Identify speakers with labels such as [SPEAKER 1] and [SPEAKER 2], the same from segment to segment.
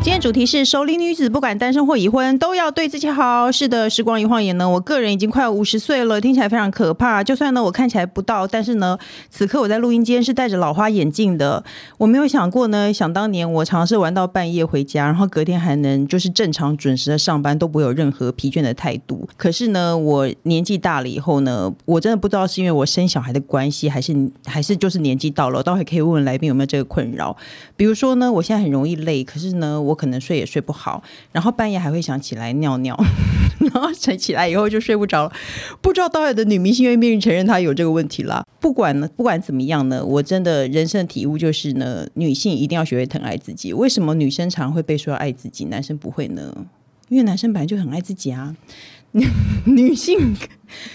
[SPEAKER 1] 今天主题是熟龄女子，不管单身或已婚，都要对自己好。是的，时光一晃眼呢，我个人已经快五十岁了，听起来非常可怕。就算呢我看起来不到，但是呢，此刻我在录音间是戴着老花眼镜的。我没有想过呢，想当年我尝试玩到半夜回家，然后隔天还能就是正常准时的上班，都不会有任何疲倦的态度。可是呢，我年纪大了以后呢，我真的不知道是因为我生小孩的关系，还是 还是就是年纪到了，我待会可以问问来宾有没有这个困扰。比如说呢，我现在很容易累，可是呢，我可能睡也睡不好，然后半夜还会想起来尿 尿，然后睡起来以后就睡不着了。不知道导演的女明星愿不愿意承认她有这个问题啦？不管呢，不管怎么样呢，我真的人生的体悟就是呢，女性一定要学会疼爱自己。为什么女生常会被说要爱自己，男生不会呢？因为男生本来就很爱自己啊， 女女性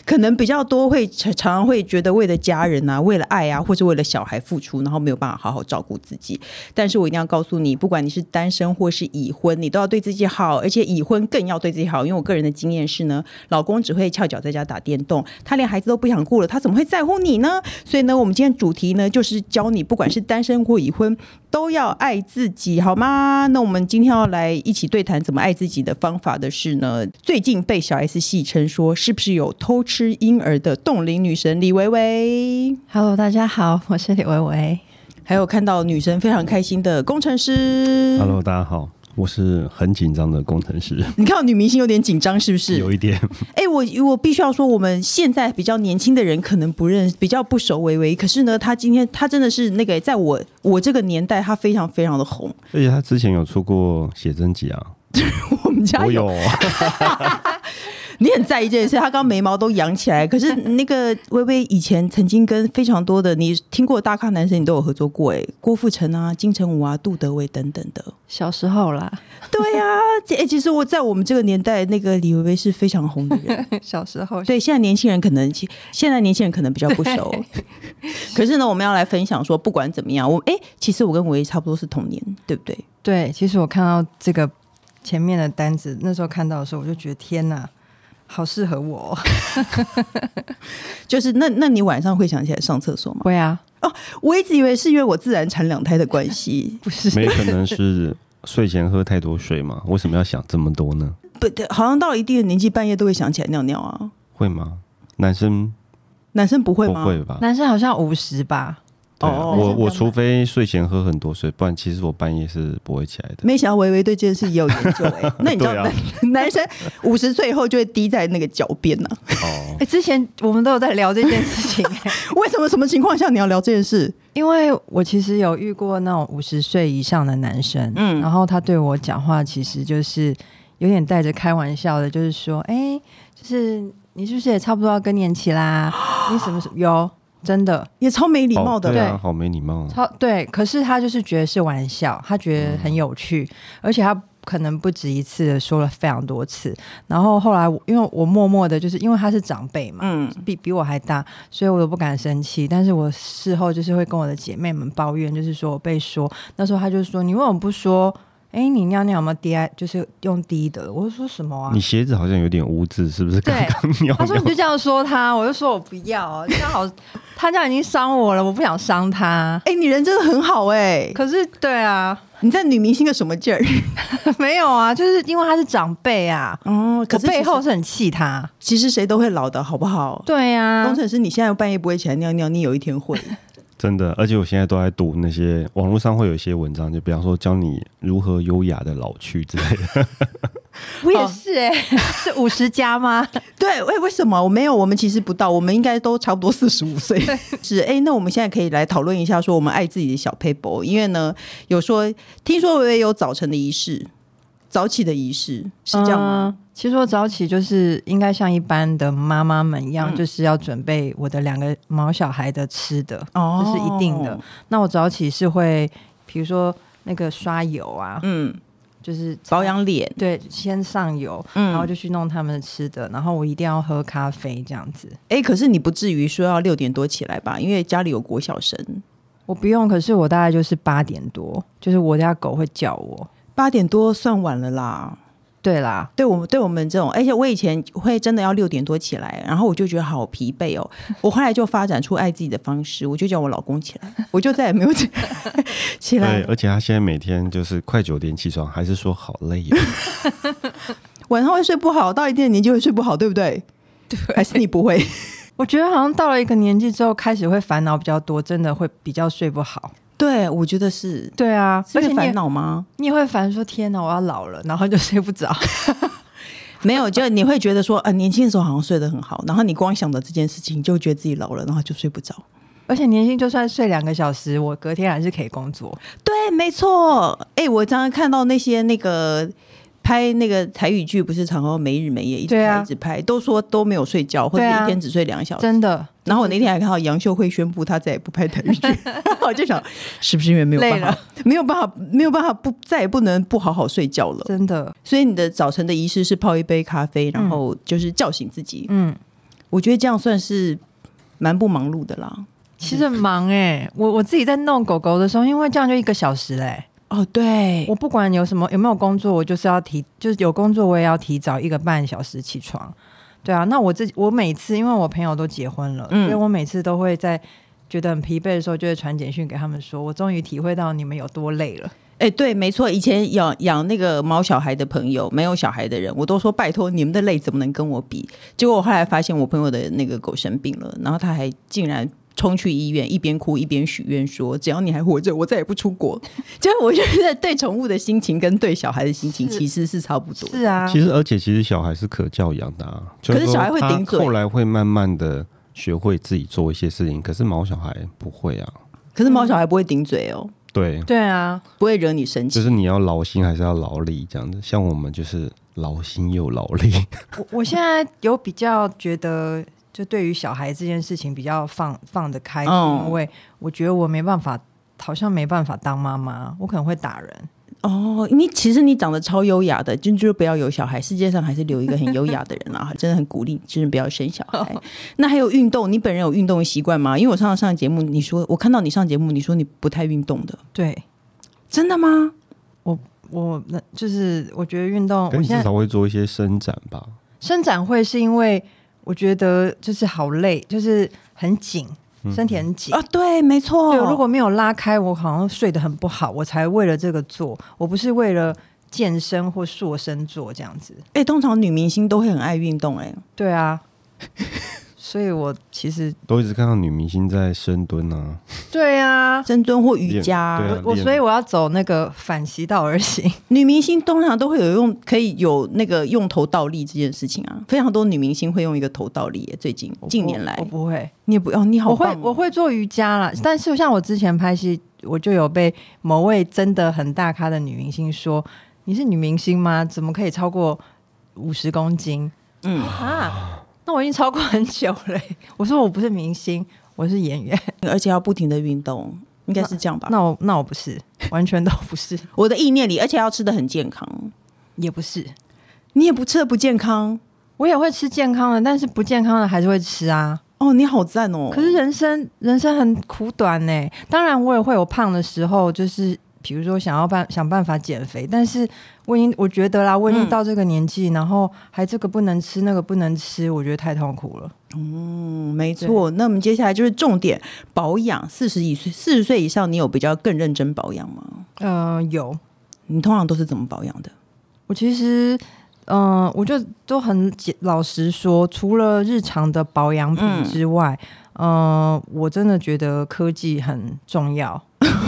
[SPEAKER 1] 可能比较多会常常会觉得为了家人啊，为了爱啊，或是为了小孩付出，然后没有办法好好照顾自己。但是我一定要告诉你，不管你是单身或是已婚，你都要对自己好，而且已婚更要对自己好。因为我个人的经验是呢，老公只会翘脚在家打电动，他连孩子都不想顾了，他怎么会在乎你呢？所以呢，我们今天主题呢，就是教你，不管是单身或已婚，都要爱自己，好吗？那我们今天要来一起对谈怎么爱自己的方法的是呢，最近被小 S 戏称说，是不是有偷吃婴儿的冻龄女神李维维？
[SPEAKER 2] Hello，大家好，我是李维维。
[SPEAKER 1] 还有看到女神非常开心的工程师
[SPEAKER 3] Hello，大家好，我是很紧张的工程师，
[SPEAKER 1] 你看到女明星有点紧张是不是？
[SPEAKER 3] 有一点
[SPEAKER 1] 哎、我我必须要说，我们现在比较年轻的人可能不认，比较不熟维维。可是呢，她今天她真的是那个，在我我这个年代，她非常非常的红。
[SPEAKER 3] 而且他之前有出过写真集啊，
[SPEAKER 1] 我们家
[SPEAKER 3] 我有，哦
[SPEAKER 1] 你很在意这件事，她刚眉毛都扬起来。可是那个薇薇以前曾经跟非常多的你听过的大咖男神，你都有合作过、哎，郭富城啊、金城武啊、杜德伟等等的。
[SPEAKER 2] 小时候啦，
[SPEAKER 1] 对啊，哎、其实我在我们这个年代，那个李薇薇是非常红的人。
[SPEAKER 2] 小时候
[SPEAKER 1] 对，现在年轻人可能，其现在年轻人可能比较不熟。可是呢，我们要来分享说，不管怎么样，我哎、其实我跟维差不多是同年，对不对？
[SPEAKER 2] 对，其实我看到这个前面的单子，那时候看到的时候，我就觉得天哪，好适合我哦。
[SPEAKER 1] 就是那那你晚上会想起来上厕所吗？哦
[SPEAKER 2] 会啊，
[SPEAKER 1] 我一直以为是因为我自然产两胎的关系，
[SPEAKER 2] 不是
[SPEAKER 3] 没可能是睡前喝太多水嘛？为什么要想这么多呢？
[SPEAKER 1] 不，对好像到了一定的年纪，半夜都会想起来尿尿啊。
[SPEAKER 3] 会吗？男生
[SPEAKER 1] 男生不会
[SPEAKER 3] 不
[SPEAKER 1] 吗？
[SPEAKER 3] 会吧？
[SPEAKER 2] 男生好像五十吧？
[SPEAKER 3] 对啊、
[SPEAKER 1] 哦
[SPEAKER 2] 男
[SPEAKER 3] 我
[SPEAKER 2] 生比较
[SPEAKER 3] 我
[SPEAKER 2] 慢
[SPEAKER 3] 除非睡前喝很多水，不然其实我半夜是不会起来 的。
[SPEAKER 1] 没想到维维对这件事也有研究哎、 那你知道
[SPEAKER 3] 对
[SPEAKER 1] 男、
[SPEAKER 3] 啊
[SPEAKER 1] 男生五十岁以后就会滴在那个脚边呐、
[SPEAKER 3] 哦
[SPEAKER 2] 哎、，之前我们都有在聊这件事 情、哎
[SPEAKER 1] 为什么什么情况下你要聊这件事？
[SPEAKER 2] 因为我其实有遇过那种五十岁以上的男生，嗯，然后他对我讲话其实就是有点带着开玩笑的，就是说，哎、就是你是不是也差不多要更年期 啦？你什么时候有？真的
[SPEAKER 1] 也超没礼貌的。
[SPEAKER 3] 哦对啊，
[SPEAKER 2] 对
[SPEAKER 3] 好没礼貌、啊。
[SPEAKER 2] 超对，可是他就是觉得是玩笑，他觉得很有趣，而且他可能不止一次的说了非常多次。然后后来我，因为我默默的，就是因为他是长辈嘛，
[SPEAKER 1] 嗯，
[SPEAKER 2] 比比我还大，所以我都不敢生气。但是我事后就是会跟我的姐妹们抱怨，就是说我被说。那时候她就说：“你为什么不说？哎、你尿尿有没有滴啊？就是用滴的？”我就说什么啊
[SPEAKER 3] 你？鞋子好像有点污渍，是不是？刚
[SPEAKER 2] 对
[SPEAKER 3] 刚尿
[SPEAKER 2] 她说：“你
[SPEAKER 3] 尿
[SPEAKER 2] 就这样说他。”我就说：“我不要啊，这样好，他这样已经伤我了，我不想伤他。
[SPEAKER 1] 哎、你人真的很好哎、”
[SPEAKER 2] 可是，对啊，
[SPEAKER 1] 你在女明星的什么劲儿？
[SPEAKER 2] 没有啊，就是因为他是长辈啊，
[SPEAKER 1] 哦，
[SPEAKER 2] 我
[SPEAKER 1] 可是
[SPEAKER 2] 背后
[SPEAKER 1] 其实
[SPEAKER 2] 是很气他。
[SPEAKER 1] 其实谁都会老的，好不好？
[SPEAKER 2] 对呀、
[SPEAKER 1] 工程师，你现在半夜不会起来尿尿，你有一天 会。
[SPEAKER 3] 真的，而且我现在都在读那些网络上会有一些文章，就比方说教你如何优雅的老去之类的。
[SPEAKER 2] 我也
[SPEAKER 1] 哦
[SPEAKER 2] 是哎、 是五十加吗？
[SPEAKER 1] 对，为为什么我没有？我们其实不到，我们应该都差不多四十五岁。是哎、那我们现在可以来讨论一下，说我们爱自己的小 paper，因为呢，有说听说微微有早晨的仪式，早起的仪式 是这样吗？
[SPEAKER 2] 嗯其实我早起就是应该像一般的妈妈们一样，
[SPEAKER 1] 嗯
[SPEAKER 2] 就是要准备我的两个毛小孩的吃的，
[SPEAKER 1] 哦
[SPEAKER 2] 这是一定的。那我早起是会，比如说那个刷油啊，
[SPEAKER 1] 嗯，
[SPEAKER 2] 就是
[SPEAKER 1] 保。养脸，
[SPEAKER 2] 对，先上油，
[SPEAKER 1] 嗯
[SPEAKER 2] 然后就去弄他们的吃的，然后我一定要喝咖啡这样子。
[SPEAKER 1] 哎、可是你不至于说要六点多起来吧？因为家里有国小生，
[SPEAKER 2] 我不用，可是我大概就是八点多，就是我家狗会叫我。
[SPEAKER 1] 八点多算晚了啦。
[SPEAKER 2] 对啦，
[SPEAKER 1] 对我们对我们这种，而且我以前会真的要六点多起来，然后我就觉得好疲惫哦。我后来就发展出爱自己的方式，我就叫我老公起来，我就再也没有 起起来
[SPEAKER 3] 对，。而且他现在每天就是快九点起床，还是说好累 哦。
[SPEAKER 1] 晚上会睡不好，到一定的年纪会睡不好，对不对？对，还是你不会？
[SPEAKER 2] 我觉得好像到了一个年纪之后，开始会烦恼比较多，真的会比较睡不好。
[SPEAKER 1] 对，我觉得是。
[SPEAKER 2] 对啊，
[SPEAKER 1] 而
[SPEAKER 2] 而且
[SPEAKER 1] 且
[SPEAKER 2] 你
[SPEAKER 1] 烦
[SPEAKER 2] 也
[SPEAKER 1] 恼吗？
[SPEAKER 2] 你也会烦说天哪，我要老了， 然后就睡不着。
[SPEAKER 1] 没有，就你会觉得说，呃，年轻的时候好像睡得很好，然后你光想着这件事情，就觉得自己老了，然后就睡不着。
[SPEAKER 2] 而且年轻就算睡两个小时，我隔天还是可以工作。
[SPEAKER 1] 对，没错。哎、我常常看到那些那个拍那个台语剧，不是常常没日没夜一直
[SPEAKER 2] 对
[SPEAKER 1] 拍、
[SPEAKER 2] 啊
[SPEAKER 1] 一直拍，都说都没有睡觉，或者
[SPEAKER 2] 对啊
[SPEAKER 1] 一天只睡两小时。
[SPEAKER 2] 真的，
[SPEAKER 1] 然后我那天还看到杨秀慧宣布她再也不拍台语剧， 我就想是不是因为没有办
[SPEAKER 2] 累
[SPEAKER 1] 法
[SPEAKER 2] 了，
[SPEAKER 1] 没有办法，没有办法不再也不能不好好睡觉了。
[SPEAKER 2] 真的，
[SPEAKER 1] 所以你的早晨的仪式是泡一杯咖啡，然后就是叫醒自己。
[SPEAKER 2] 嗯，
[SPEAKER 1] 我觉得这样算是蛮不忙碌的啦。
[SPEAKER 2] 其实很忙哎、我我自己在弄狗狗的时候，因为这样就一个小时嘞、
[SPEAKER 1] 哦，对，
[SPEAKER 2] 我不管有什么有没有工作，我就是要提，就是有工作我也要提早一个半小时起床。对啊，那我自己我每次因为我朋友都结婚了，
[SPEAKER 1] 嗯
[SPEAKER 2] 所以我每次都会在觉得很疲惫的时候，就会传简讯给他们说，我终于体会到你们有多累了。
[SPEAKER 1] 哎、对，没错，以前养养那个毛小孩的朋友，没有小孩的人，我都说拜托你们的累怎么能跟我比？结果我后来发现我朋友的那个狗生病了，然后他还竟然。冲去医院，一边哭一边许愿说：“只要你还活着，我再也不出国。” 就是我觉得对宠物的心情跟对小孩的心情
[SPEAKER 2] 是
[SPEAKER 1] 其实是差不多的。
[SPEAKER 2] 是啊，
[SPEAKER 3] 其实，而且其实小孩是可教养的、啊，
[SPEAKER 1] 可是
[SPEAKER 3] 就
[SPEAKER 1] 小孩会
[SPEAKER 3] 说他
[SPEAKER 1] 顶嘴
[SPEAKER 3] 后来会慢慢的学会自己做一些事情。可是毛小孩不会啊，
[SPEAKER 1] 可是
[SPEAKER 2] 嗯
[SPEAKER 1] 毛小孩不会顶嘴哦，
[SPEAKER 3] 对，
[SPEAKER 2] 对啊，
[SPEAKER 1] 不会惹你生气
[SPEAKER 3] 就。是你要劳心还是要劳力这样子。像我们就是劳心又劳 力，
[SPEAKER 2] 我我现在有比较觉得，就对于小孩这件事情比较放放得开，是
[SPEAKER 1] 嗯
[SPEAKER 2] 因为我觉得我没办法，好像没办法当妈妈，我可能会打人。
[SPEAKER 1] 哦，你其实你长得超优雅的，就就是不要有小孩。世界上还是留一个很优雅的人啊，真的很鼓励，真的不要生小 孩。那还有运动，你本人有运动的习惯吗？因为我上次上节目，你说我看到你上节目，你说你不太运动的，
[SPEAKER 2] 对
[SPEAKER 1] 真的吗？
[SPEAKER 2] 我，那就是我觉得运动，
[SPEAKER 3] 可
[SPEAKER 2] 我
[SPEAKER 3] 你
[SPEAKER 2] 现
[SPEAKER 3] 至
[SPEAKER 2] 在
[SPEAKER 3] 少会做一些伸展吧。
[SPEAKER 2] 伸展会是因为我觉得就是好累，就是很紧，
[SPEAKER 3] 嗯
[SPEAKER 2] 身体很紧。
[SPEAKER 1] 啊，对，没错。
[SPEAKER 2] 对，如果没有拉开，我好像睡得很不好，我才为了这个做，我不是为了健身或塑身做这样子。
[SPEAKER 1] 哎、通常女明星都会很爱运动、哎，
[SPEAKER 2] 对啊， 所以我其实
[SPEAKER 3] 都一直看到女明星在深蹲啊，
[SPEAKER 2] 对啊，
[SPEAKER 1] 深蹲或瑜伽、
[SPEAKER 3] 练对啊
[SPEAKER 2] 我我
[SPEAKER 3] 练
[SPEAKER 2] 所以我要走那个反其道而行。
[SPEAKER 1] 女明星通常都会有用，可以有那个用头倒立这件事情啊，非常多女明星会用一个头倒立、哎最近近年来
[SPEAKER 2] 我，不会，
[SPEAKER 1] 你也不哦，你好
[SPEAKER 2] 我
[SPEAKER 1] 棒
[SPEAKER 2] 会
[SPEAKER 1] 哦嗯
[SPEAKER 2] 我会做瑜伽啦，但是像我之前拍戏，我就有被某位真的很大咖的女明星说：“你是女明星吗？怎么可以超过五十公斤
[SPEAKER 1] 嗯。
[SPEAKER 2] 啊？”那我已经超过很久了欸、我说我不是明星，我是演员。
[SPEAKER 1] 而且要不停的运动，应该是这样吧？
[SPEAKER 2] 那我那我不是，完全都 不是，
[SPEAKER 1] 我的意念里，而且要吃的很健康，
[SPEAKER 2] 也不是。
[SPEAKER 1] 你也不吃的不健康
[SPEAKER 2] 我也会吃健康的，但是不健康的还是会吃啊。
[SPEAKER 1] 哦，你好赞哦！
[SPEAKER 2] 可是人生人生很苦短呢、当然我也会有胖的时候，就是比如说想要办想办法减肥，但是我已经我觉得啦，我已
[SPEAKER 1] 嗯
[SPEAKER 2] 经到这个年纪，然后还这个不能吃那个不能吃，我觉得太痛苦了。
[SPEAKER 1] 嗯，没错。那我们接下来就是重点保养，四十以岁四十岁以上，你有比较更认真保养吗？
[SPEAKER 2] 嗯、有
[SPEAKER 1] 你通常都是怎么保养的？
[SPEAKER 2] 我其实。嗯、我就都很简老实说，除了日常的保养品之外，嗯、我真的觉得科技很重要。
[SPEAKER 1] 当然啊
[SPEAKER 2] 多花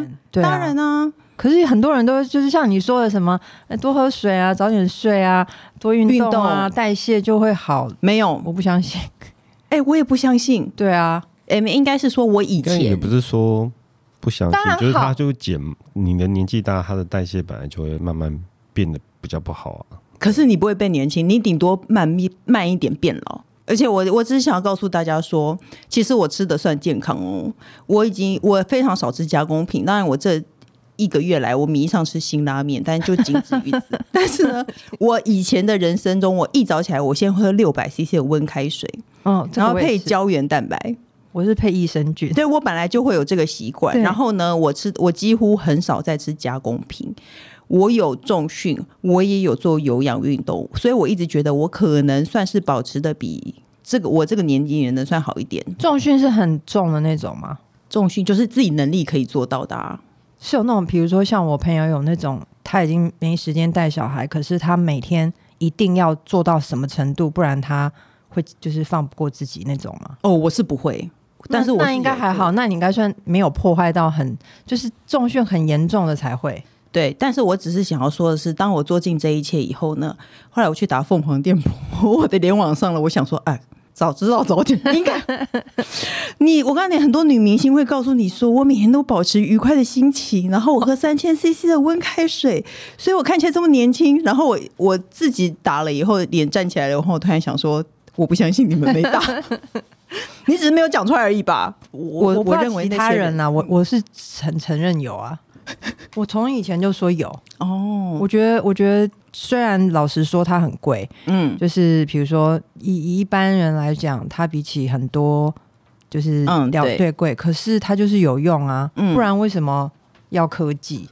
[SPEAKER 2] 钱，对啊
[SPEAKER 1] 当然啊，
[SPEAKER 2] 可是很多人都就是像你说的什么，呃多喝水啊，早点睡啊，多运动啊，
[SPEAKER 1] 运
[SPEAKER 2] 代谢就会好。
[SPEAKER 1] 没有。
[SPEAKER 2] 我不相信。
[SPEAKER 1] 哎、我也不相信。
[SPEAKER 2] 对啊，
[SPEAKER 1] 哎、应该是说我以
[SPEAKER 3] 但也
[SPEAKER 1] 前
[SPEAKER 3] 不是说不相
[SPEAKER 2] 当然
[SPEAKER 3] 信，
[SPEAKER 2] 好
[SPEAKER 3] 就是他就减，你的年纪大，他的代谢本来就会慢慢变得比较不好啊。
[SPEAKER 1] 可是你不会变年轻，你顶多慢一慢一点变老。而且我我只是想要告诉大家说，其实我吃的算健康哦。我已经我非常少吃加工品，当然我这一个月来我迷上吃辛拉面，但就仅止于 此。但是呢，我以前的人生中，我一早起来我先喝六百 CC 的温开水，
[SPEAKER 2] 嗯，这
[SPEAKER 1] 然
[SPEAKER 2] 个
[SPEAKER 1] 后
[SPEAKER 2] 我也
[SPEAKER 1] 配
[SPEAKER 2] 是，
[SPEAKER 1] 胶原蛋白，
[SPEAKER 2] 我是配益生菌，
[SPEAKER 1] 对我本来就会有这个习惯，
[SPEAKER 2] 对
[SPEAKER 1] 然后呢，我吃我几乎很少在吃加工品。我有重训，我也有做有氧运动，所以我一直觉得我可能算是保持的比这个我这个年纪人能算好一点。
[SPEAKER 2] 重训是很重的那种吗？
[SPEAKER 1] 重训就是自己能力可以做到的、啊，
[SPEAKER 2] 是有那种，比如说像我朋友有那种，他已经没时间带小孩，可是他每天一定要做到什么程度，不然他会就是放不过自己那种吗？
[SPEAKER 1] 哦，我是不会，但是
[SPEAKER 2] 那
[SPEAKER 1] 我
[SPEAKER 2] 那
[SPEAKER 1] 是
[SPEAKER 2] 应该
[SPEAKER 1] 有
[SPEAKER 2] 还
[SPEAKER 1] 做
[SPEAKER 2] 好，那你应该算没有破坏到很，就是重训很严重的才会。
[SPEAKER 1] 对，但是我只是想要说的是，当我做尽这一切以后呢，后来我去打凤凰电波， 我的脸往上了，我想说，哎。早知道早点 应该，你我告诉你，很多女明星会告诉你说，我每天都保持愉快的心情，然后我喝三千 CC 的温开水，所以我看起来这么年轻。然后我我自己打了以后，脸站起来了，然后我突然想说，我不相信你们没打， 你只是没有讲出来而已吧？我
[SPEAKER 2] 我不
[SPEAKER 1] 我
[SPEAKER 2] 知道
[SPEAKER 1] 认为
[SPEAKER 2] 其
[SPEAKER 1] 那
[SPEAKER 2] 他
[SPEAKER 1] 些
[SPEAKER 2] 人啊，我我是承承认有啊， 我从以前就说有。
[SPEAKER 1] 哦，
[SPEAKER 2] 我觉得，我觉得虽然老实说它很贵，
[SPEAKER 1] 嗯
[SPEAKER 2] 就是比如说以以一般人来讲，它比起很多就是
[SPEAKER 1] 嗯
[SPEAKER 2] 疗
[SPEAKER 1] 对
[SPEAKER 2] 对贵，可是它就是有用啊，
[SPEAKER 1] 嗯
[SPEAKER 2] 不然为什么要科技？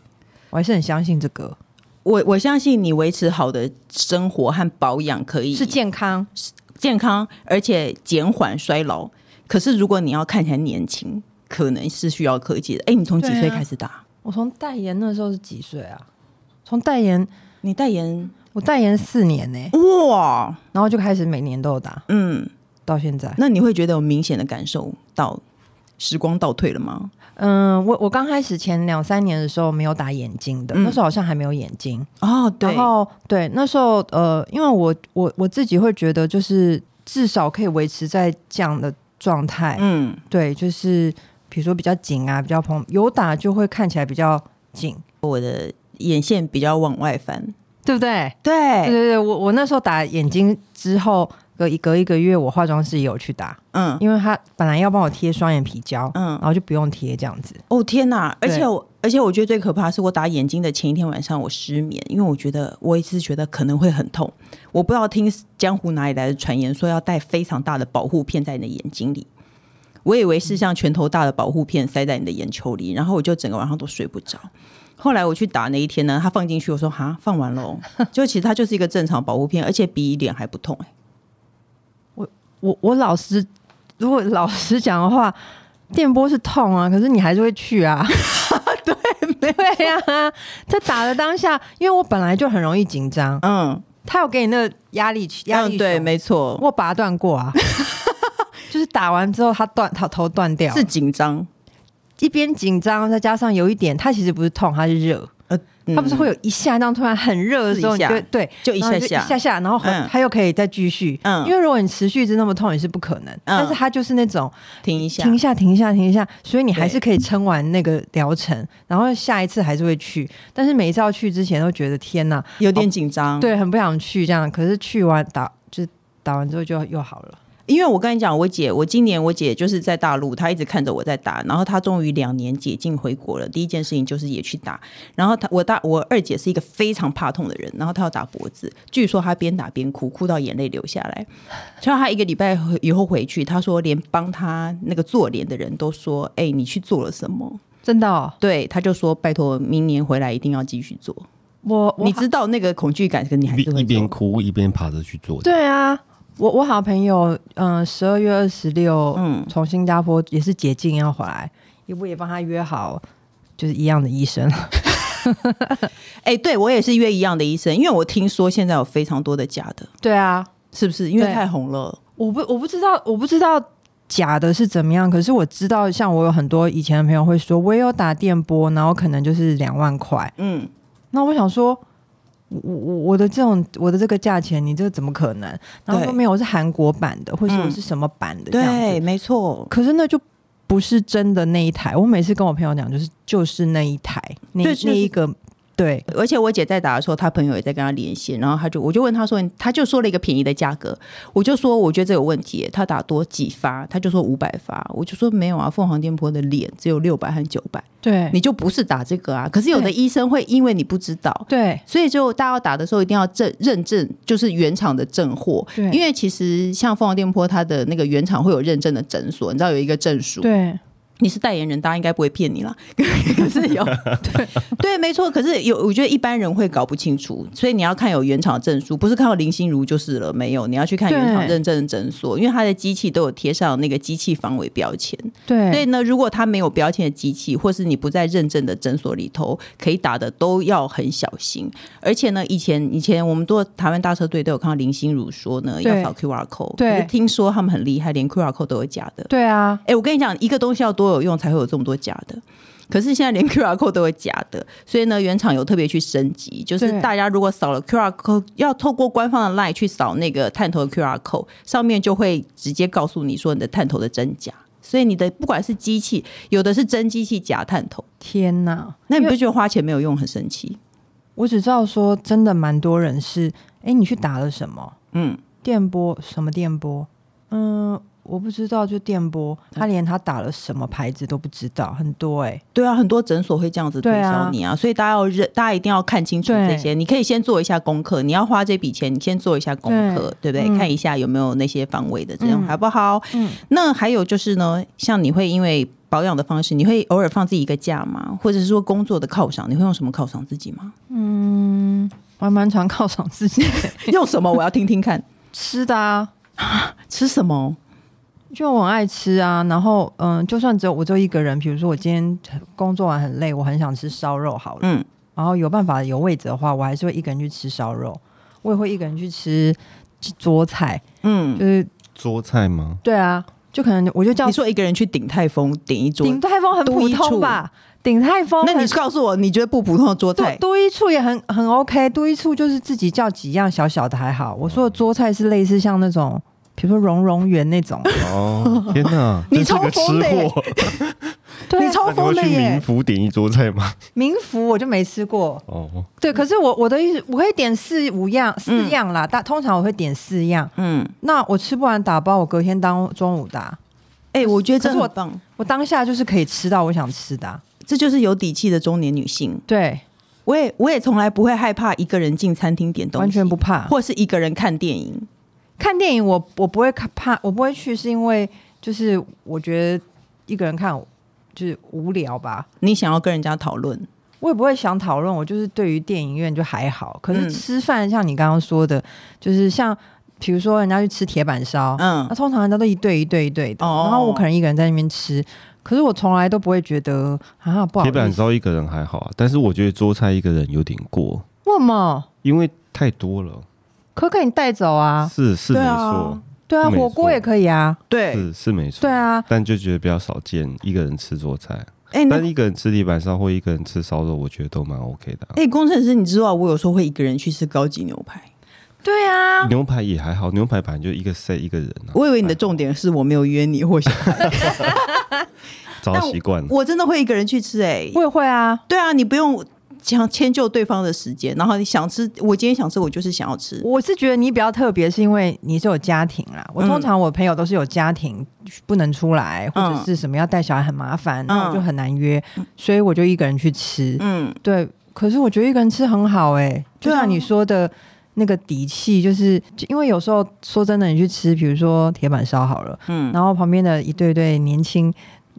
[SPEAKER 2] 我还是很相信这个
[SPEAKER 1] 我我相信你维持好的生活和保养可以
[SPEAKER 2] 是健康，
[SPEAKER 1] 健康，而且减缓衰老。可是如果你要看起来年轻，可能是需要科技的。哎，你从几
[SPEAKER 2] 对啊
[SPEAKER 1] 岁开始打？
[SPEAKER 2] 我从代言那时候是几岁啊？从代言，
[SPEAKER 1] 你代言
[SPEAKER 2] 我代言四年呢、
[SPEAKER 1] 哇，
[SPEAKER 2] 然后就开始每年都有打，
[SPEAKER 1] 嗯，
[SPEAKER 2] 到现在。
[SPEAKER 1] 那你会觉得有明显的感受到时光倒退了吗？
[SPEAKER 2] 嗯，我我刚开始前两三年的时候没有打眼睛的，
[SPEAKER 1] 嗯
[SPEAKER 2] 那时候好像还没有眼睛。
[SPEAKER 1] 哦，
[SPEAKER 2] 然后对那时候呃，因为我我我自己会觉得，就是至少可以维持在这样的状态，
[SPEAKER 1] 嗯，
[SPEAKER 2] 对，就是比如说比较紧啊，比较蓬，有打就会看起来比较紧，
[SPEAKER 1] 眼线比较往外翻，哎
[SPEAKER 2] 对不对？
[SPEAKER 1] 对
[SPEAKER 2] 对对对，我我那时候打眼睛之后，隔一隔一个月，我化妆师也有去打，
[SPEAKER 1] 嗯，
[SPEAKER 2] 因为他本来要帮我贴双眼皮胶，
[SPEAKER 1] 嗯
[SPEAKER 2] 嗯，然后就不用贴这样子，
[SPEAKER 1] 哦天哪！而
[SPEAKER 2] 对
[SPEAKER 1] 且我，而且我觉得最可怕的是，我打眼睛的前一天晚上我失眠，因为我觉得我一直觉得可能会很痛。我不知道听江湖哪里来的传言说要带非常大的保护片在你的眼睛里，我以
[SPEAKER 2] 嗯
[SPEAKER 1] 为是像拳头大的保护片塞在你的眼球里，然后我就整个晚上都睡不着。后来我去打那一天呢，他放进去，我说哈放完了 哦，就其实它就是一个正常保护片，而且比脸还不痛
[SPEAKER 2] 嗯
[SPEAKER 1] 哎、
[SPEAKER 2] 我我老实，如果老实讲的话，电波是痛啊，可是你还是会去啊。 对，对
[SPEAKER 1] 啊
[SPEAKER 2] 呀、在打的当下，因为我本来就很容易紧张，
[SPEAKER 1] 嗯，
[SPEAKER 2] 他有给你那个压力压力、
[SPEAKER 1] 嗯对，，没错，
[SPEAKER 2] 我拔断过 啊，就是打完之后他断他头断掉，
[SPEAKER 1] 是紧张，
[SPEAKER 2] 一边紧张，再加上有一点，它其实不是痛，它是热，
[SPEAKER 1] 呃，嗯
[SPEAKER 2] 它不是会有一下那样突然很热的时候，
[SPEAKER 1] 刺一
[SPEAKER 2] 你
[SPEAKER 1] 下
[SPEAKER 2] 就会对。
[SPEAKER 1] 就一
[SPEAKER 2] 然后
[SPEAKER 1] 下
[SPEAKER 2] 你就
[SPEAKER 1] 下
[SPEAKER 2] 一下下，然后很
[SPEAKER 1] 嗯
[SPEAKER 2] 它又可以再继续，
[SPEAKER 1] 嗯
[SPEAKER 2] 因为如果你持续一直那么痛也是不可能，但是它就是那种
[SPEAKER 1] 停一下，
[SPEAKER 2] 停一下，停一下，停一下，所以你还
[SPEAKER 1] 对
[SPEAKER 2] 是可以撑完那个疗程，然后下一次还是会去，但是每一次要去之前都觉得天哪，
[SPEAKER 1] 有点紧张，
[SPEAKER 2] 哦对，很不想去这样，可是去完打就是打完之后就又好了，
[SPEAKER 1] 因为我跟你讲，我姐，我今年我姐就是在大陆，她一直看着我在打，然后她终于两年解禁回国了。第一件事情就是也去打，然后她我大我二姐是一个非常怕痛的人，然后她要打脖子，据说她边打边哭，哭到眼泪流下来。 所以她一个礼拜回以后回去，她说连帮她那个做脸的人都说：“哎、你去做了什么
[SPEAKER 2] 真的、哦？”，
[SPEAKER 1] 对，她就说：“拜托，明年回来一定要继续做。
[SPEAKER 2] 我”我
[SPEAKER 1] 你
[SPEAKER 2] 好
[SPEAKER 1] 知道那个恐惧感，可你还
[SPEAKER 3] 一
[SPEAKER 1] 是
[SPEAKER 3] 边一
[SPEAKER 1] 会
[SPEAKER 3] 边
[SPEAKER 1] 做。
[SPEAKER 3] 哭一边爬着去做的。
[SPEAKER 2] 对啊，我我好朋友，嗯、十二月二十六，嗯，从新加坡也是解禁要回来，我也帮他约好，就是一样的医生，
[SPEAKER 1] 哎、对我也是约一样的医生，因为我听说现在有非常多的假的。
[SPEAKER 2] 对啊，
[SPEAKER 1] 是不是？因为
[SPEAKER 2] 对
[SPEAKER 1] 太红了，
[SPEAKER 2] 我不我不知道，我不知道假的是怎么样，可是我知道，像我有很多以前的朋友会说，我也有打电波，然后可能就是两万块。
[SPEAKER 1] 嗯，
[SPEAKER 2] 那我想说，我我我的这种我的这个价钱，你这怎么可能？然后
[SPEAKER 1] 对
[SPEAKER 2] 说没有，我是韩国版的，或者
[SPEAKER 1] 嗯
[SPEAKER 2] 我是什么版的这样子。
[SPEAKER 1] 对，没错，
[SPEAKER 2] 可是那就不是真的那一台。我每次跟我朋友讲，就是就是那一台，那
[SPEAKER 1] 对就是
[SPEAKER 2] 那一个对，
[SPEAKER 1] 而且我姐在打的时候，她朋友也在跟她连线，然后她就我就问她说，她就说了一个便宜的价格，我就说我觉得这有问题，她打多几发，她就说五百发，我就说没有啊，凤凰电波的脸只有六百和九百，
[SPEAKER 2] 对
[SPEAKER 1] 你就不是打这个啊。可是有的
[SPEAKER 2] 对
[SPEAKER 1] 医生会因为你不知道，
[SPEAKER 2] 对
[SPEAKER 1] 所以就大家要打的时候一定要正认证，就是原厂的正货，
[SPEAKER 2] 对
[SPEAKER 1] 因为其实像凤凰电波它的那个原厂会有认证的诊所，你知道有一个证书，
[SPEAKER 2] 对
[SPEAKER 1] 你是代言人，大家应该不会骗你啦。 可是有对对，没错。可是有，我觉得一般人会搞不清楚，所以你要看有原厂证书，不是看到林心如就是了。没有，你要去看原厂
[SPEAKER 2] 对
[SPEAKER 1] 认证的诊所，因为它的机器都有贴上那个机器防伪标签。所以
[SPEAKER 2] 对
[SPEAKER 1] 呢，如果它没有标签的机器，或是你不在认证的诊所里头，可以打的都要很小心。而且呢，以前以前我们做台湾大车队都有看到林心如说呢，要
[SPEAKER 2] 对
[SPEAKER 1] 扫 QR code，
[SPEAKER 2] 对
[SPEAKER 1] 可是听说他们很厉害，连 QR code 都有假的。
[SPEAKER 2] 对啊，
[SPEAKER 1] 哎、我跟你讲，一个东西要多有用，才会有这么多假的。可是现在连 QR code 都有假的，所以呢，原厂有特别去升级，就是
[SPEAKER 2] 对
[SPEAKER 1] 大家如果扫了 QR code，要透过官方的 LINE 去扫那个探头的 QR code，上面就会直接告诉你说你的探头的真假。所以你的不管是机器，有的是真机器假探头，
[SPEAKER 2] 天哪！
[SPEAKER 1] 那你
[SPEAKER 2] 因
[SPEAKER 1] 不
[SPEAKER 2] 为
[SPEAKER 1] 觉得花钱没有用很神奇？
[SPEAKER 2] 我只知道说，真的蛮多人是，哎，你去打了什么
[SPEAKER 1] 嗯，
[SPEAKER 2] 电波？什么电波？嗯，我不知道，就电波。
[SPEAKER 1] 嗯
[SPEAKER 2] 他连他打了什么牌子都不知道，很多哎、
[SPEAKER 1] 对啊，很多诊所会这样子推
[SPEAKER 2] 对啊
[SPEAKER 1] 销你啊，所以大家要认，大家一定要看清楚
[SPEAKER 2] 对
[SPEAKER 1] 这些。你可以先做一下功课，你要花这笔钱，你先做一下功课，对不对？
[SPEAKER 2] 嗯
[SPEAKER 1] 看一下有没有那些防伪的，这样
[SPEAKER 2] 嗯
[SPEAKER 1] 好不好？
[SPEAKER 2] 嗯
[SPEAKER 1] 那还有就是呢，像你会因为保养的方式，你会偶尔放自己一个假吗？或者是说工作的犒赏，你会用什么犒赏自己 吗？
[SPEAKER 2] 嗯，我还蛮常犒赏自己
[SPEAKER 1] 用什么？我要听听看，
[SPEAKER 2] 吃的啊，
[SPEAKER 1] 吃什么？
[SPEAKER 2] 就我很爱吃啊。然后嗯，就算只有我就一个人，比如说我今天工作完很累，我很想吃烧肉好了，
[SPEAKER 1] 嗯，
[SPEAKER 2] 然后有办法有位置的话，我还是会一个人去吃烧肉，我也会一个人去吃桌菜，
[SPEAKER 1] 嗯
[SPEAKER 2] 就，是
[SPEAKER 3] 桌 菜吗？
[SPEAKER 2] 对啊，就可能我就叫
[SPEAKER 1] 嗯你说一个人去顶泰丰顶一桌，
[SPEAKER 2] 顶泰丰很
[SPEAKER 1] 都
[SPEAKER 2] 普
[SPEAKER 1] 一处
[SPEAKER 2] 通吧，顶泰丰
[SPEAKER 1] 那你
[SPEAKER 2] 很
[SPEAKER 1] 告诉我，你觉得不普通的桌
[SPEAKER 2] 多
[SPEAKER 1] 菜？
[SPEAKER 2] 多一处也很很 OK，多一处就是自己叫几样小小的还好。我说的桌菜是类似像那种，比如说蓉蓉园那 种，
[SPEAKER 3] 哦，天哪，
[SPEAKER 1] 你
[SPEAKER 3] 真是个
[SPEAKER 1] 超疯的
[SPEAKER 3] 吃
[SPEAKER 1] 耶
[SPEAKER 3] 货！
[SPEAKER 2] 对
[SPEAKER 1] 你
[SPEAKER 2] 啊
[SPEAKER 1] 超
[SPEAKER 3] 那你会
[SPEAKER 1] 疯的
[SPEAKER 3] 去民
[SPEAKER 1] 耶！
[SPEAKER 3] 福点一桌菜 吗？
[SPEAKER 2] 民福我就没吃过。
[SPEAKER 3] 哦，
[SPEAKER 2] 对，可是我我的意思，我会点四五样四样啦，但通常我会点四样。
[SPEAKER 1] 嗯，
[SPEAKER 2] 那我吃不完打包，我隔天当中午打，
[SPEAKER 1] 哎、我觉得这
[SPEAKER 2] 可是我
[SPEAKER 1] 很棒。
[SPEAKER 2] 我当下就是可以吃到我想吃的啊、
[SPEAKER 1] 这就是有底气的中年女性。
[SPEAKER 2] 对，
[SPEAKER 1] 我也我也从来不会害怕一个人进餐厅点东西，
[SPEAKER 2] 完全不怕。
[SPEAKER 1] 或是一个人看电影。
[SPEAKER 2] 看电影我我不会看怕，我不会去，是因为就是我觉得一个人看就是无聊吧，
[SPEAKER 1] 你想要跟人家讨论，
[SPEAKER 2] 我也不会想讨论。我就是对于电影院就还好，可
[SPEAKER 1] 嗯
[SPEAKER 2] 是吃饭像你刚刚说的，就是像比如说人家去吃铁板烧，
[SPEAKER 1] 嗯
[SPEAKER 2] 那、，通常人家都一对一对一对的，
[SPEAKER 1] 哦
[SPEAKER 2] 然后我可能一个人在那边吃，可是我从来都不会觉得啊不好
[SPEAKER 3] 铁板
[SPEAKER 2] 意思，
[SPEAKER 3] 烧一个人还好啊，但是我觉得桌菜一个人有点过，
[SPEAKER 2] 为什么？
[SPEAKER 3] 因为太多了。
[SPEAKER 2] 可可以带走啊，
[SPEAKER 3] 是是
[SPEAKER 1] 对
[SPEAKER 3] 没
[SPEAKER 1] 啊
[SPEAKER 3] 错，
[SPEAKER 2] 对啊，
[SPEAKER 3] 没
[SPEAKER 2] 火
[SPEAKER 3] 错
[SPEAKER 2] 锅也可以啊，
[SPEAKER 1] 对，
[SPEAKER 3] 是是没错。
[SPEAKER 2] 对啊，
[SPEAKER 3] 但就觉得比较少见一个人吃桌菜，
[SPEAKER 1] 哎、那
[SPEAKER 3] 但一个人吃地板烧或一个人吃烧肉，我觉得都蛮 OK 的啊、
[SPEAKER 1] 哎、工程师，你知道我有时候会一个人去吃高级牛排，
[SPEAKER 2] 嗯对啊，
[SPEAKER 3] 牛排也还好，牛排本来就一个 set 一个人啊，
[SPEAKER 1] 我以为你的重点是我没有约你或小孩，
[SPEAKER 3] 早习惯
[SPEAKER 2] 嗯
[SPEAKER 3] 了。
[SPEAKER 1] 我真的会一个人去吃、哎，
[SPEAKER 2] 我也会啊，
[SPEAKER 1] 对啊，你不用想迁就对方的时间，然后你想吃，我今天想吃，我就是想要吃。
[SPEAKER 2] 我是觉得你比较特别，是因为你是有家庭
[SPEAKER 1] 嗯
[SPEAKER 2] 啦。我通常我朋友都是有家庭，不能出来或
[SPEAKER 1] 嗯
[SPEAKER 2] 者是什么要带小孩很麻烦，那、
[SPEAKER 1] 嗯
[SPEAKER 2] 我就很难约，所以我就一个人去吃。
[SPEAKER 1] 嗯，
[SPEAKER 2] 对，可是我觉得一个人吃很好哎、就
[SPEAKER 1] 对啊
[SPEAKER 2] 像你说的。那个底气，就是就因为有时候说真的，你去吃，比如说铁板烧好了，
[SPEAKER 1] 嗯
[SPEAKER 2] 嗯，然后旁边的一对对年轻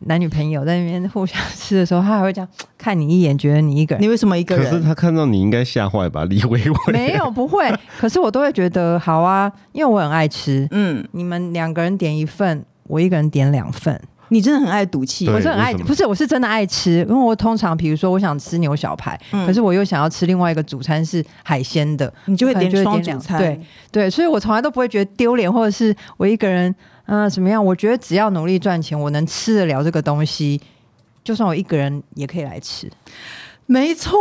[SPEAKER 2] 男女朋友在那边互相吃的时候，他还会这样看你一眼，觉得你一个 人
[SPEAKER 1] 你为什么一个
[SPEAKER 3] 可是
[SPEAKER 1] 人？
[SPEAKER 3] 他看到你应该吓坏吧，李维维。
[SPEAKER 2] 没有不会，可是我都会觉得好啊，因为我很爱吃，
[SPEAKER 1] 嗯，
[SPEAKER 2] 你们两个人点一份，我一个人点两份。
[SPEAKER 1] 你真的很爱赌气
[SPEAKER 3] 对。
[SPEAKER 2] 我是很爱，
[SPEAKER 3] 为什么
[SPEAKER 2] 不是我是真的爱吃，因为我通常比如说我想吃牛小排，
[SPEAKER 1] 嗯
[SPEAKER 2] 可是我又想要吃另外一个主餐是海鲜的，
[SPEAKER 1] 你就会
[SPEAKER 2] 可能
[SPEAKER 1] 点
[SPEAKER 2] 就会
[SPEAKER 1] 双
[SPEAKER 2] 点
[SPEAKER 1] 主餐，
[SPEAKER 2] 两对，对，所以我从来都不会觉得丢脸，或者是我一个人嗯、呃怎么样？我觉得只要努力赚钱，我能吃得了这个东西，就算我一个人也可以来吃。
[SPEAKER 1] 没错，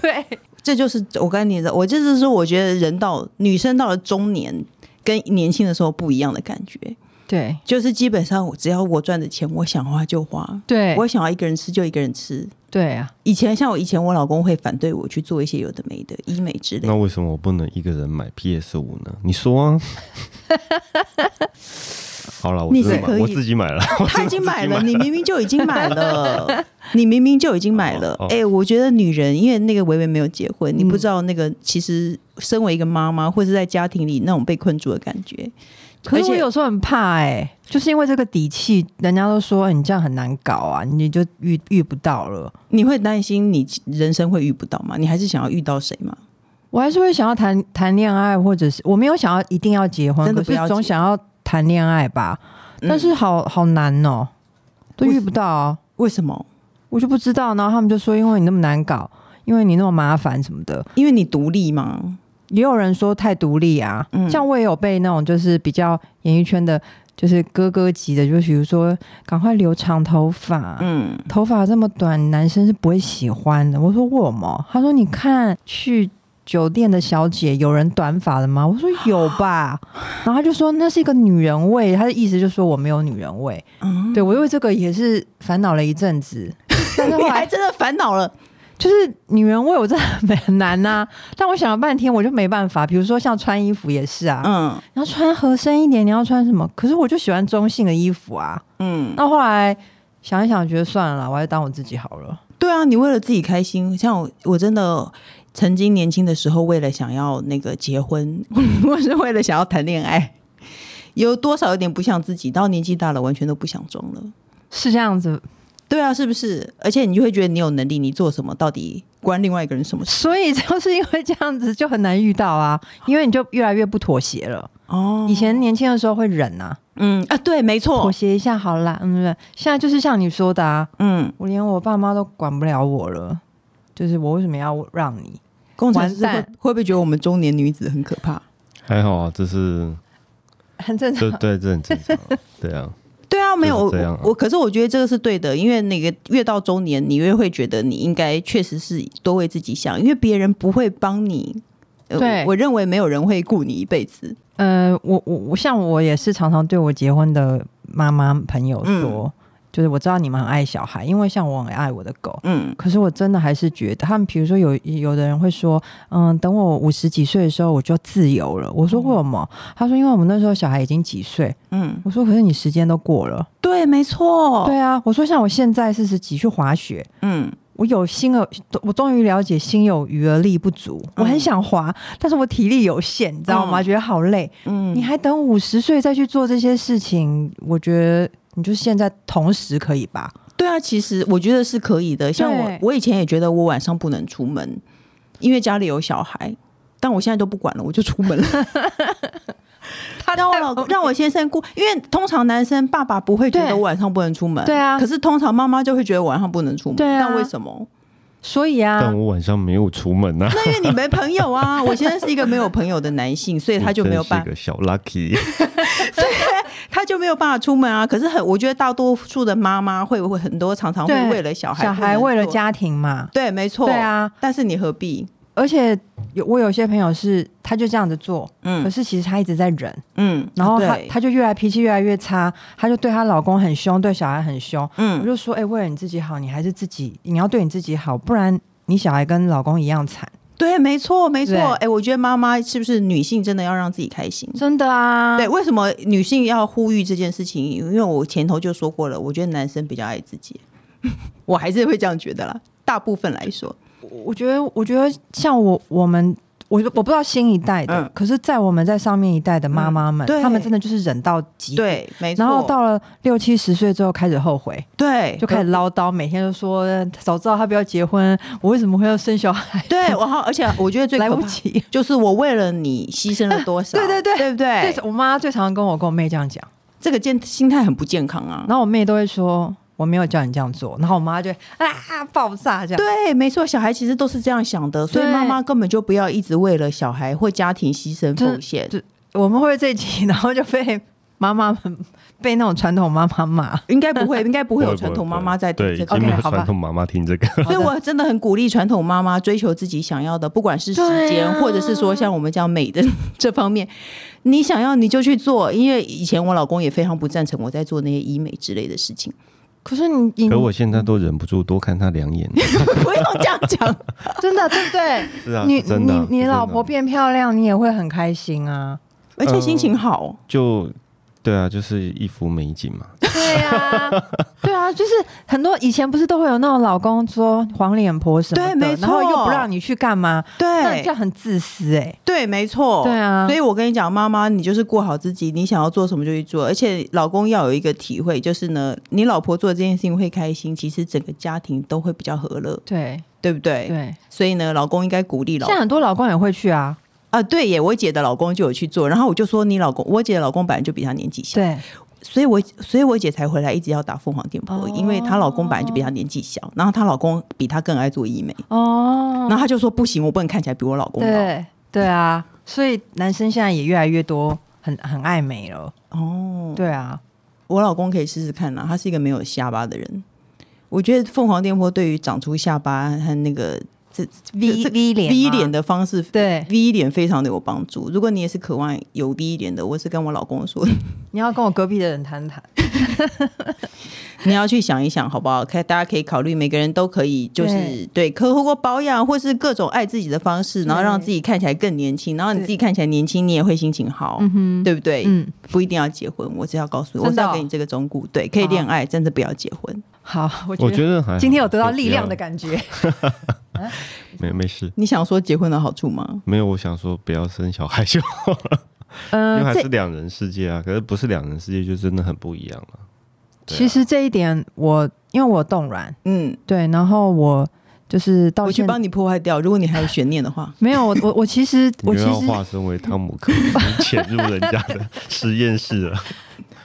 [SPEAKER 2] 对，
[SPEAKER 1] 这就是我跟你的，我这就是我觉得人到女生到了中年跟年轻的时候不一样的感觉。
[SPEAKER 2] 对
[SPEAKER 1] 就是基本上我只要我赚的钱，我想花就花，
[SPEAKER 2] 对
[SPEAKER 1] 我想要一个人吃就一个人吃。
[SPEAKER 2] 对啊，
[SPEAKER 1] 以前像我以前我老公会反对我去做一些有的没的医美之类
[SPEAKER 3] 那
[SPEAKER 1] 的，
[SPEAKER 3] 为什么我不能一个人买 PS 五呢？你说啊。 好了，我
[SPEAKER 1] 你
[SPEAKER 3] 自
[SPEAKER 1] 是
[SPEAKER 3] 己买
[SPEAKER 1] 可以
[SPEAKER 3] 我自己买了。
[SPEAKER 1] 他已经买了，你明明就已经买 了，你明明就已经买了。哎、
[SPEAKER 3] 哦哦嗯
[SPEAKER 1] 我觉得女人因为那个维维没有结婚，你不知道那个其实身为一个妈妈或是在家庭里那种被困住的感觉。
[SPEAKER 2] 可是
[SPEAKER 1] 而
[SPEAKER 2] 我
[SPEAKER 1] 且
[SPEAKER 2] 有时候很怕哎、就是因为这个底气，人家都说、哎你这样很难搞啊，你就遇遇不到了。
[SPEAKER 1] 你会担心你人生会遇不到吗？你还是想要遇到谁吗？
[SPEAKER 2] 我还是会想要谈谈恋爱，或者是我没有想要一定要结婚，
[SPEAKER 1] 真的
[SPEAKER 2] 可
[SPEAKER 1] 不要
[SPEAKER 2] 是总
[SPEAKER 1] 结嗯
[SPEAKER 2] 想要谈恋爱吧。但是好好难哦、都遇不到啊，
[SPEAKER 1] 为什么？
[SPEAKER 2] 我就不知道。然后他们就说，因为你那么难搞，因为你那么麻烦什么的。
[SPEAKER 1] 因为你独立嘛。
[SPEAKER 2] 也有人说太独立啊，
[SPEAKER 1] 嗯
[SPEAKER 2] 像我也有被那种就是比较演艺圈的，就是哥哥级的，就比如说赶快留长头发，啊
[SPEAKER 1] 嗯，
[SPEAKER 2] 头发这么短，男生是不会喜欢的。我说为什么？他说你看去酒店的小姐有人短发的吗？我说有吧。 然后他就说那是一个女人味，他的意思就是说我没有女人味。
[SPEAKER 1] 嗯
[SPEAKER 2] 对我因为这个也是烦恼了一阵子，但是后
[SPEAKER 1] 你
[SPEAKER 2] 来
[SPEAKER 1] 还真的烦恼了。
[SPEAKER 2] 就是女人味我真的很难呐、但我想了半天，我就没办法。比如说像穿衣服也是啊，
[SPEAKER 1] 嗯
[SPEAKER 2] 你要穿合身一点，你要穿什么？可是我就喜欢中性的衣服啊。
[SPEAKER 1] 嗯，
[SPEAKER 2] 那后来想一想，觉得算了啦，我还是当我自己好了。
[SPEAKER 1] 对啊，你为了自己开心，像我，我真的曾经年轻的时候，为了想要那个结婚， 或是为了想要谈恋爱，有多少有点不像自己。到年纪大了，完全都不想装了。
[SPEAKER 2] 是这样子，
[SPEAKER 1] 对啊，是不是？而且你就会觉得你有能力，你做什么到底关另外一个人什么事？
[SPEAKER 2] 所以就是因为这样子就很难遇到啊，因为你就越来越不妥协了。
[SPEAKER 1] 哦
[SPEAKER 2] 以前年轻的时候会忍啊，
[SPEAKER 1] 嗯啊，对，没
[SPEAKER 2] 妥
[SPEAKER 1] 错，
[SPEAKER 2] 协一下好啦，嗯，对现在就是像你说的啊，
[SPEAKER 1] 嗯，
[SPEAKER 2] 我连我爸妈都管不了我了，就是我为什么要让你？
[SPEAKER 1] 工程师
[SPEAKER 2] 完
[SPEAKER 1] 会
[SPEAKER 2] 蛋
[SPEAKER 1] 会不会觉得我们中年女子很可怕？
[SPEAKER 3] 还好啊，这是
[SPEAKER 2] 很正
[SPEAKER 3] 这
[SPEAKER 2] 常，
[SPEAKER 3] 对这很正常啊，对啊。
[SPEAKER 1] 对啊，没有
[SPEAKER 3] 就是这样啊
[SPEAKER 1] 我我，可是我觉得这个是对的，因为那个越到中年，你越会觉得你应该确实是多为自己想，因为别人不会帮你。呃
[SPEAKER 2] 对
[SPEAKER 1] 我我认为没有人会顾你一辈子。
[SPEAKER 2] 呃，我我我像我也是常常对我结婚的妈妈朋友
[SPEAKER 1] 嗯
[SPEAKER 2] 说，就是我知道你们很爱小孩，因为像我很爱我的狗，
[SPEAKER 1] 嗯
[SPEAKER 2] 可是我真的还是觉得，他们比如说有有的人会说，嗯，等我五十几岁的时候我就自由了。我说为什么？他说因为我们那时候小孩已经几岁。
[SPEAKER 1] 嗯，
[SPEAKER 2] 我说可是你时间都过了。
[SPEAKER 1] 对，没错。
[SPEAKER 2] 对啊，我说像我现在四十几去滑雪。
[SPEAKER 1] 嗯，
[SPEAKER 2] 我有心而，我终于了解心有余而力不足。我很想滑，但是我体力有限，你知道吗？
[SPEAKER 1] 嗯
[SPEAKER 2] 觉得好累。
[SPEAKER 1] 嗯
[SPEAKER 2] 你还等五十岁再去做这些事情，我觉得你就现在同时可以吧？
[SPEAKER 1] 对啊，其实我觉得是可以的。像我
[SPEAKER 2] 对，
[SPEAKER 1] 我以前也觉得我晚上不能出门，因为家里有小孩。但我现在都不管了，我就出门了。
[SPEAKER 2] 他
[SPEAKER 1] 让我老公，让我先生顾，因为通常男生爸爸不会觉得
[SPEAKER 2] 对
[SPEAKER 1] 我晚上不能出门，
[SPEAKER 2] 对啊
[SPEAKER 1] 可是通常妈妈就会觉得我晚上不能出门，
[SPEAKER 2] 对啊
[SPEAKER 1] 但为什么？
[SPEAKER 2] 所以啊，
[SPEAKER 3] 但我晚上没有出门啊，
[SPEAKER 1] 那因为你没朋友 啊，我现在是一个没有朋友的男性，所以他就没有办法，
[SPEAKER 3] 你 真是个小 lucky。
[SPEAKER 1] 他就没有办法出门啊。可是很，我觉得大多数的妈妈会会很多常常会
[SPEAKER 2] 对
[SPEAKER 1] 为了小孩，
[SPEAKER 2] 小孩为了，家庭嘛，
[SPEAKER 1] 对，没错，
[SPEAKER 2] 对。啊，
[SPEAKER 1] 但是你何必？
[SPEAKER 2] 而且有我有些朋友是，他就这样子做，可
[SPEAKER 1] 嗯
[SPEAKER 2] 是其实他一直在忍，
[SPEAKER 1] 嗯，
[SPEAKER 2] 然后他
[SPEAKER 1] 对
[SPEAKER 2] 他就越来脾气越来越差，他就对她老公很凶，对小孩很凶。我
[SPEAKER 1] 嗯
[SPEAKER 2] 就说，哎、为了你自己好，你还是自己，你要对你自己好，不然你小孩跟老公一样惨，
[SPEAKER 1] 对，没错没错。
[SPEAKER 2] 对
[SPEAKER 1] 哎、我觉得妈妈是不是女性真的要让自己开心？
[SPEAKER 2] 真的啊。
[SPEAKER 1] 对，为什么女性要呼吁这件事情？因为我前头就说过了，我觉得男生比较爱自己， 我还是会这样觉得啦。大部分来说，
[SPEAKER 2] 我觉得，我觉得像我我们。我我不知道新一代的，
[SPEAKER 1] 嗯
[SPEAKER 2] 可是，在我们在上面一代的妈妈
[SPEAKER 1] 嗯
[SPEAKER 2] 们，
[SPEAKER 1] 对
[SPEAKER 2] 她们真的就是忍到极，
[SPEAKER 1] 对，没错。
[SPEAKER 2] 然后到了六七十岁之后开始后悔，
[SPEAKER 1] 对，
[SPEAKER 2] 就开始唠叨，每天都说早知道他不要结婚，我为什么会要生小孩？
[SPEAKER 1] 对，然后而且我觉得最
[SPEAKER 2] 来
[SPEAKER 1] 可
[SPEAKER 2] 不
[SPEAKER 1] 怕
[SPEAKER 2] 及。
[SPEAKER 1] 就是我为了你牺牲了多少，
[SPEAKER 2] 对对对
[SPEAKER 1] 对不
[SPEAKER 2] 对
[SPEAKER 1] 对，？
[SPEAKER 2] 我妈最常跟我跟我妹这样讲，
[SPEAKER 1] 这个健心态很不健康啊。
[SPEAKER 2] 然后我妹都会说我没有叫你这样做，然后我妈就啊爆炸这样。
[SPEAKER 1] 对，没错，小孩其实都是这样想的，所以
[SPEAKER 2] 对
[SPEAKER 1] 妈妈根本就不要一直为了小孩或家庭牺牲
[SPEAKER 2] 真
[SPEAKER 1] 奉献。
[SPEAKER 2] 我们会这一集，然后就被妈妈们被那种传统妈妈骂。
[SPEAKER 1] 应该 不会，应该不会有传统妈妈在听
[SPEAKER 3] 对，
[SPEAKER 1] 这
[SPEAKER 3] 已
[SPEAKER 1] 个
[SPEAKER 3] 经没。有
[SPEAKER 2] OK，好吧
[SPEAKER 3] 传统妈妈听这个，
[SPEAKER 1] 所以，我真的很鼓励传统妈妈追求自己想要的，不管是时
[SPEAKER 2] 对
[SPEAKER 1] 间，
[SPEAKER 2] 啊
[SPEAKER 1] 或者是说像我们讲美的这方面，你想要你就去做。因为以前我老公也非常不赞成我在做那些医美之类的事 情，
[SPEAKER 2] 可是你你
[SPEAKER 3] 可我现在都忍不住多看她两眼。
[SPEAKER 1] 不用这样讲。
[SPEAKER 2] 真的对不对？
[SPEAKER 3] 是啊，
[SPEAKER 2] 你
[SPEAKER 3] 是 真的啊，
[SPEAKER 2] 你你
[SPEAKER 3] 是真的啊
[SPEAKER 2] 老婆变漂亮，你也会很开心啊。
[SPEAKER 1] 而且心情 好，
[SPEAKER 3] 就对啊，就是一幅美景嘛。
[SPEAKER 2] 对 啊，对啊，就是很多以前不是都会有那种老公说黄脸婆什么的，
[SPEAKER 1] 对没错
[SPEAKER 2] 然后又不让你去干嘛，那这
[SPEAKER 1] 对
[SPEAKER 2] 样很自私哎、
[SPEAKER 1] 对，没错，
[SPEAKER 2] 对啊
[SPEAKER 1] 所以我跟你讲，妈妈，你就是过好自己，你想要做什么就去做，而且老公要有一个体会，就是呢，你老婆做这件事情会开心，其实整个家庭都会比较和乐，
[SPEAKER 2] 对
[SPEAKER 1] 对不对？
[SPEAKER 2] 对，
[SPEAKER 1] 所以呢，老公应该鼓励老
[SPEAKER 2] 现在很多老公也会去啊，
[SPEAKER 1] 啊，对耶，我姐的老公就有去做，然后我就说你老公，我姐的老公本来就比她年纪小，
[SPEAKER 2] 对，
[SPEAKER 1] 所以我所以我姐才回来一直要打凤凰电波，
[SPEAKER 2] 哦
[SPEAKER 1] 因为她老公本来就比她年纪小，然后她老公比她更爱做医美，
[SPEAKER 2] 哦
[SPEAKER 1] 然，后她就说不行，我不能看起来比我老公老。
[SPEAKER 2] 对对啊，所以男生现在也越来越多很很爱美了，
[SPEAKER 1] 哦，
[SPEAKER 2] 对啊，
[SPEAKER 1] 我老公可以试试看啊，他是一个没有下巴的人，我觉得凤凰电波对于长出下巴和那个这
[SPEAKER 2] V
[SPEAKER 1] 这
[SPEAKER 2] V 脸啊
[SPEAKER 1] V
[SPEAKER 2] 吗
[SPEAKER 1] 脸的方式。
[SPEAKER 2] 对，
[SPEAKER 1] V 脸非常的有帮助。如果你也是渴望有 V 脸的，我是跟我老公说，
[SPEAKER 2] 你要跟我隔壁的人谈谈，
[SPEAKER 1] 你要去想一想，好不好？看大家可以考虑，每个人都可以，就是对可通过保养或是各种爱自己的方式，然后让自己看起来更年轻，然后你自己看起来年轻，你也会心情好，
[SPEAKER 2] 哼，
[SPEAKER 1] 对不对？
[SPEAKER 2] 嗯，
[SPEAKER 1] 不一定要结婚，我是要告诉你，我
[SPEAKER 2] 真
[SPEAKER 1] 是
[SPEAKER 2] 的哦
[SPEAKER 1] 要给你这个忠告，对，可以恋爱，真的不要结婚。
[SPEAKER 2] 好，我
[SPEAKER 3] 我
[SPEAKER 2] 觉
[SPEAKER 3] 觉
[SPEAKER 2] 得
[SPEAKER 3] 得还好
[SPEAKER 2] 今天有得到力量的，感觉，
[SPEAKER 3] 就不要没没事。
[SPEAKER 1] 你想说结婚的好处吗？
[SPEAKER 3] 没有，我想说不要生小孩就好了，因为
[SPEAKER 2] 嗯，
[SPEAKER 3] 还
[SPEAKER 2] 这
[SPEAKER 3] 是两人世界啊。可是不是两人世界就真的很不一样了。对啊
[SPEAKER 2] 其实这一点我因为我冻卵，
[SPEAKER 1] 嗯，
[SPEAKER 2] 对，然后我就是到
[SPEAKER 1] 我去
[SPEAKER 2] 现。
[SPEAKER 1] 帮你破坏掉，如果你还有悬念的话
[SPEAKER 2] 没有我我我其实
[SPEAKER 3] 你
[SPEAKER 2] 我
[SPEAKER 3] 又
[SPEAKER 2] 其
[SPEAKER 3] 要
[SPEAKER 2] 实
[SPEAKER 3] 化身为汤姆克鲁斯， 潜入人家 的实验室了。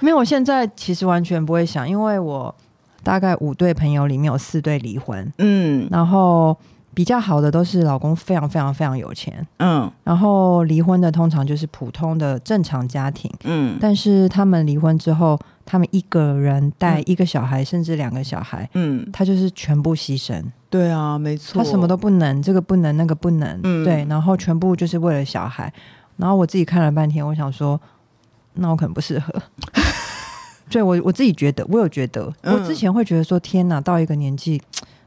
[SPEAKER 2] 没有，我现在其实完全不会想，因为我大概五对朋友里面有四对离婚，
[SPEAKER 1] 嗯
[SPEAKER 2] 然后比较好的都是老公非常非常非常有钱，
[SPEAKER 1] 嗯
[SPEAKER 2] 然后离婚的通常就是普通的正常家庭，
[SPEAKER 1] 嗯
[SPEAKER 2] 但是他们离婚之后，他们一个人带一个小孩，甚至两个小孩。
[SPEAKER 1] 嗯，
[SPEAKER 2] 他就是全部牺牲，
[SPEAKER 1] 对啊，没错，
[SPEAKER 2] 他什么都不能，这个不能，那个不能，
[SPEAKER 1] 嗯
[SPEAKER 2] 对，然后全部就是为了小孩。然后我自己看了半天，我想说，那我可能不适合。 对我我自己觉得，我有觉得，
[SPEAKER 1] 嗯
[SPEAKER 2] 我之前会觉得说，天哪，到一个年纪，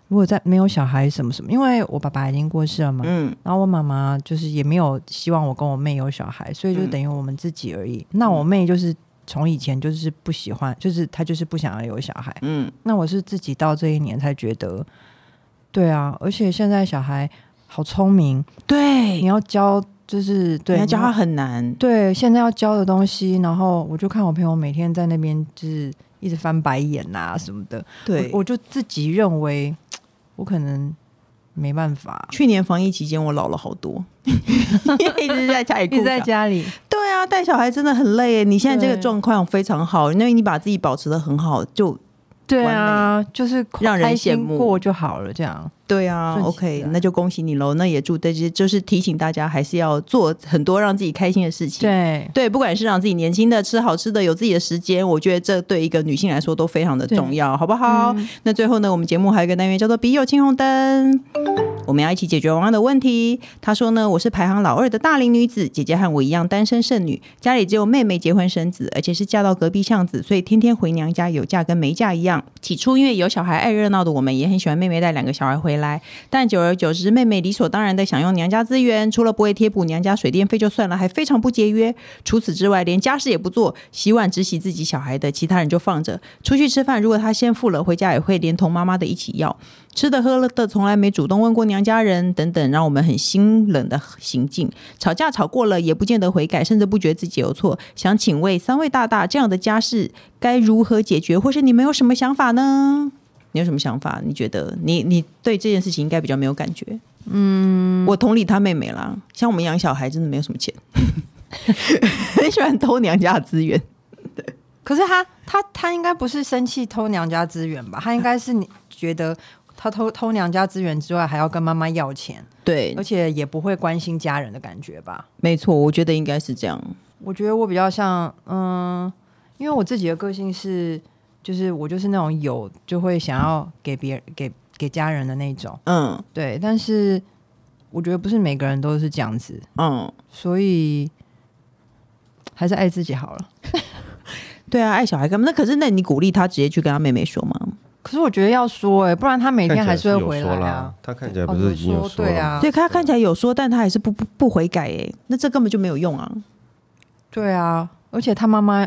[SPEAKER 2] 如果再没有小孩什么什么，因为我爸爸已经过世了嘛，
[SPEAKER 1] 嗯
[SPEAKER 2] 然后我妈妈就是也没有希望我跟我妹有小孩，所以就
[SPEAKER 1] 嗯
[SPEAKER 2] 等于我们自己而已。那我妹就是从以前就是不喜欢，就是她就是不想要有小孩。
[SPEAKER 1] 嗯
[SPEAKER 2] 那我是自己到这一年才觉得，对啊，而且现在小孩好聪明，
[SPEAKER 1] 对，
[SPEAKER 2] 你要教就是对，
[SPEAKER 1] 你要教
[SPEAKER 2] 你
[SPEAKER 1] 他很难，
[SPEAKER 2] 对现在要教的东西，然后我就看我朋友每天在那边就是一直翻白眼呐、什么的，
[SPEAKER 1] 对，
[SPEAKER 2] 我我就自己认为我可能没办法，
[SPEAKER 1] 去年防疫期间，我老了好多， 一直在家里
[SPEAKER 2] 一
[SPEAKER 1] 顾
[SPEAKER 2] 直在
[SPEAKER 1] 小。
[SPEAKER 2] 家里，
[SPEAKER 1] 对啊，带小孩真的很累耶。你现在这个
[SPEAKER 2] 对
[SPEAKER 1] 状况非常好，因为你把自己保持的很好，就
[SPEAKER 2] 对啊，就是
[SPEAKER 1] 让人
[SPEAKER 2] 开
[SPEAKER 1] 羡
[SPEAKER 2] 心
[SPEAKER 1] 慕
[SPEAKER 2] 过就好了，这样
[SPEAKER 1] 对啊
[SPEAKER 2] 顺其自
[SPEAKER 1] ，OK，
[SPEAKER 2] 然
[SPEAKER 1] 那就恭喜你喽。那也祝大家，就是提醒大家，还是要做很多让自己开心的事情。
[SPEAKER 2] 对。
[SPEAKER 1] 对，不管是让自己年轻的、吃好吃的、有自己的时间，我觉得这对一个女性来说都非常的重要，好不好？
[SPEAKER 2] 嗯
[SPEAKER 1] 那最后呢，我们节目还有一个单元叫做“笔友青红灯”，我们要一起解决网友的问题。他说呢，我是排行老二的大龄女子，姐姐和我一样单身剩女，家里只有妹妹结婚生子，而且是嫁到隔壁巷子，所以天天回娘家，有嫁跟没嫁一样。起初因为有小孩爱热闹的我们，也很喜欢妹妹带两个小孩回来，但久而久之，妹妹理所当然的享用娘家资源，除了不会贴补娘家水电费就算了，还非常不节约。除此之外，连家事也不做，洗碗只洗自己小孩的，其他人就放着。出去吃饭，如果她先付了，回家也会连同妈妈的一起要。吃的喝了的，从来没主动问过娘家人等等，让我们很心冷的行径。吵架吵过了，也不见得悔改，甚至不觉得自己有错。想请问三位大大，这样的家事该如何解决，或是你们有什么想法呢？你有什么想法？你觉得你你对这件事情应该比较没有感觉？嗯，我同理他妹妹啦。像我们养小孩真的没有什么钱， 很喜欢偷娘家的资源。
[SPEAKER 2] 可是他他他应该不是生气偷娘家资源吧？他应该是你觉得他偷偷娘家资源之外，还要跟妈妈要钱，
[SPEAKER 1] 对
[SPEAKER 2] 而，且也不会关心家人的感觉吧？
[SPEAKER 1] 没错，我觉得应该是这样。
[SPEAKER 2] 我觉得我比较像，嗯，因为我自己的个性是，就是我就是那种有就会想要给别人给给家人的那种，
[SPEAKER 1] 嗯
[SPEAKER 2] 对。但是我觉得不是每个人都是这样子，
[SPEAKER 1] 嗯，
[SPEAKER 2] 所以还是爱自己好了。
[SPEAKER 1] 对啊，爱小孩干嘛？那可是那你鼓励他直接去跟他妹妹说吗？
[SPEAKER 2] 可是我觉得要说哎、不然他每
[SPEAKER 3] 看起
[SPEAKER 2] 天
[SPEAKER 3] 来
[SPEAKER 2] 还
[SPEAKER 3] 是
[SPEAKER 2] 会
[SPEAKER 3] 有
[SPEAKER 2] 回
[SPEAKER 3] 说
[SPEAKER 2] 来
[SPEAKER 3] 啦
[SPEAKER 2] 啊。，
[SPEAKER 3] 他看起来
[SPEAKER 2] 哦
[SPEAKER 3] 不是已经有
[SPEAKER 2] 有
[SPEAKER 3] 说
[SPEAKER 2] 对
[SPEAKER 3] 了吗
[SPEAKER 2] 啊，
[SPEAKER 1] 对，他看起来有说，但他还是不不不悔改哎、那这根本就没有用啊。
[SPEAKER 2] 对啊，而且他妈妈，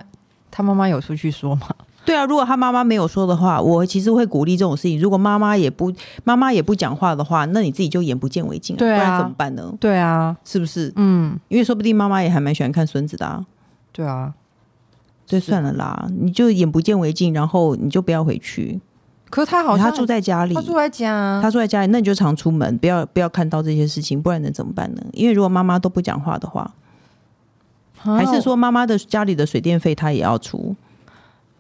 [SPEAKER 2] 他妈妈有出去说 嘛？
[SPEAKER 1] 对啊，如果他妈妈没有说的话，我其实会鼓励这种事情。如果妈妈也不妈妈也不讲话的话，那你自己就眼不见为净、
[SPEAKER 2] 对啊
[SPEAKER 1] 不然怎么办呢？
[SPEAKER 2] 对啊，
[SPEAKER 1] 是不是？
[SPEAKER 2] 嗯，
[SPEAKER 1] 因为说不定妈妈也还蛮喜欢看孙子的啊。
[SPEAKER 2] 对啊，
[SPEAKER 1] 所以算了啦，你就眼不见为净，然后你就不要回去。
[SPEAKER 2] 可是他好像
[SPEAKER 1] 他住在家里，
[SPEAKER 2] 他住在家啊、
[SPEAKER 1] 他住在家里，那你就常出门，不要不要看到这些事情，不然能怎么办呢？因为如果妈妈都不讲话的话，
[SPEAKER 2] 啊
[SPEAKER 1] 还是说妈妈的家里的水电费她也要出？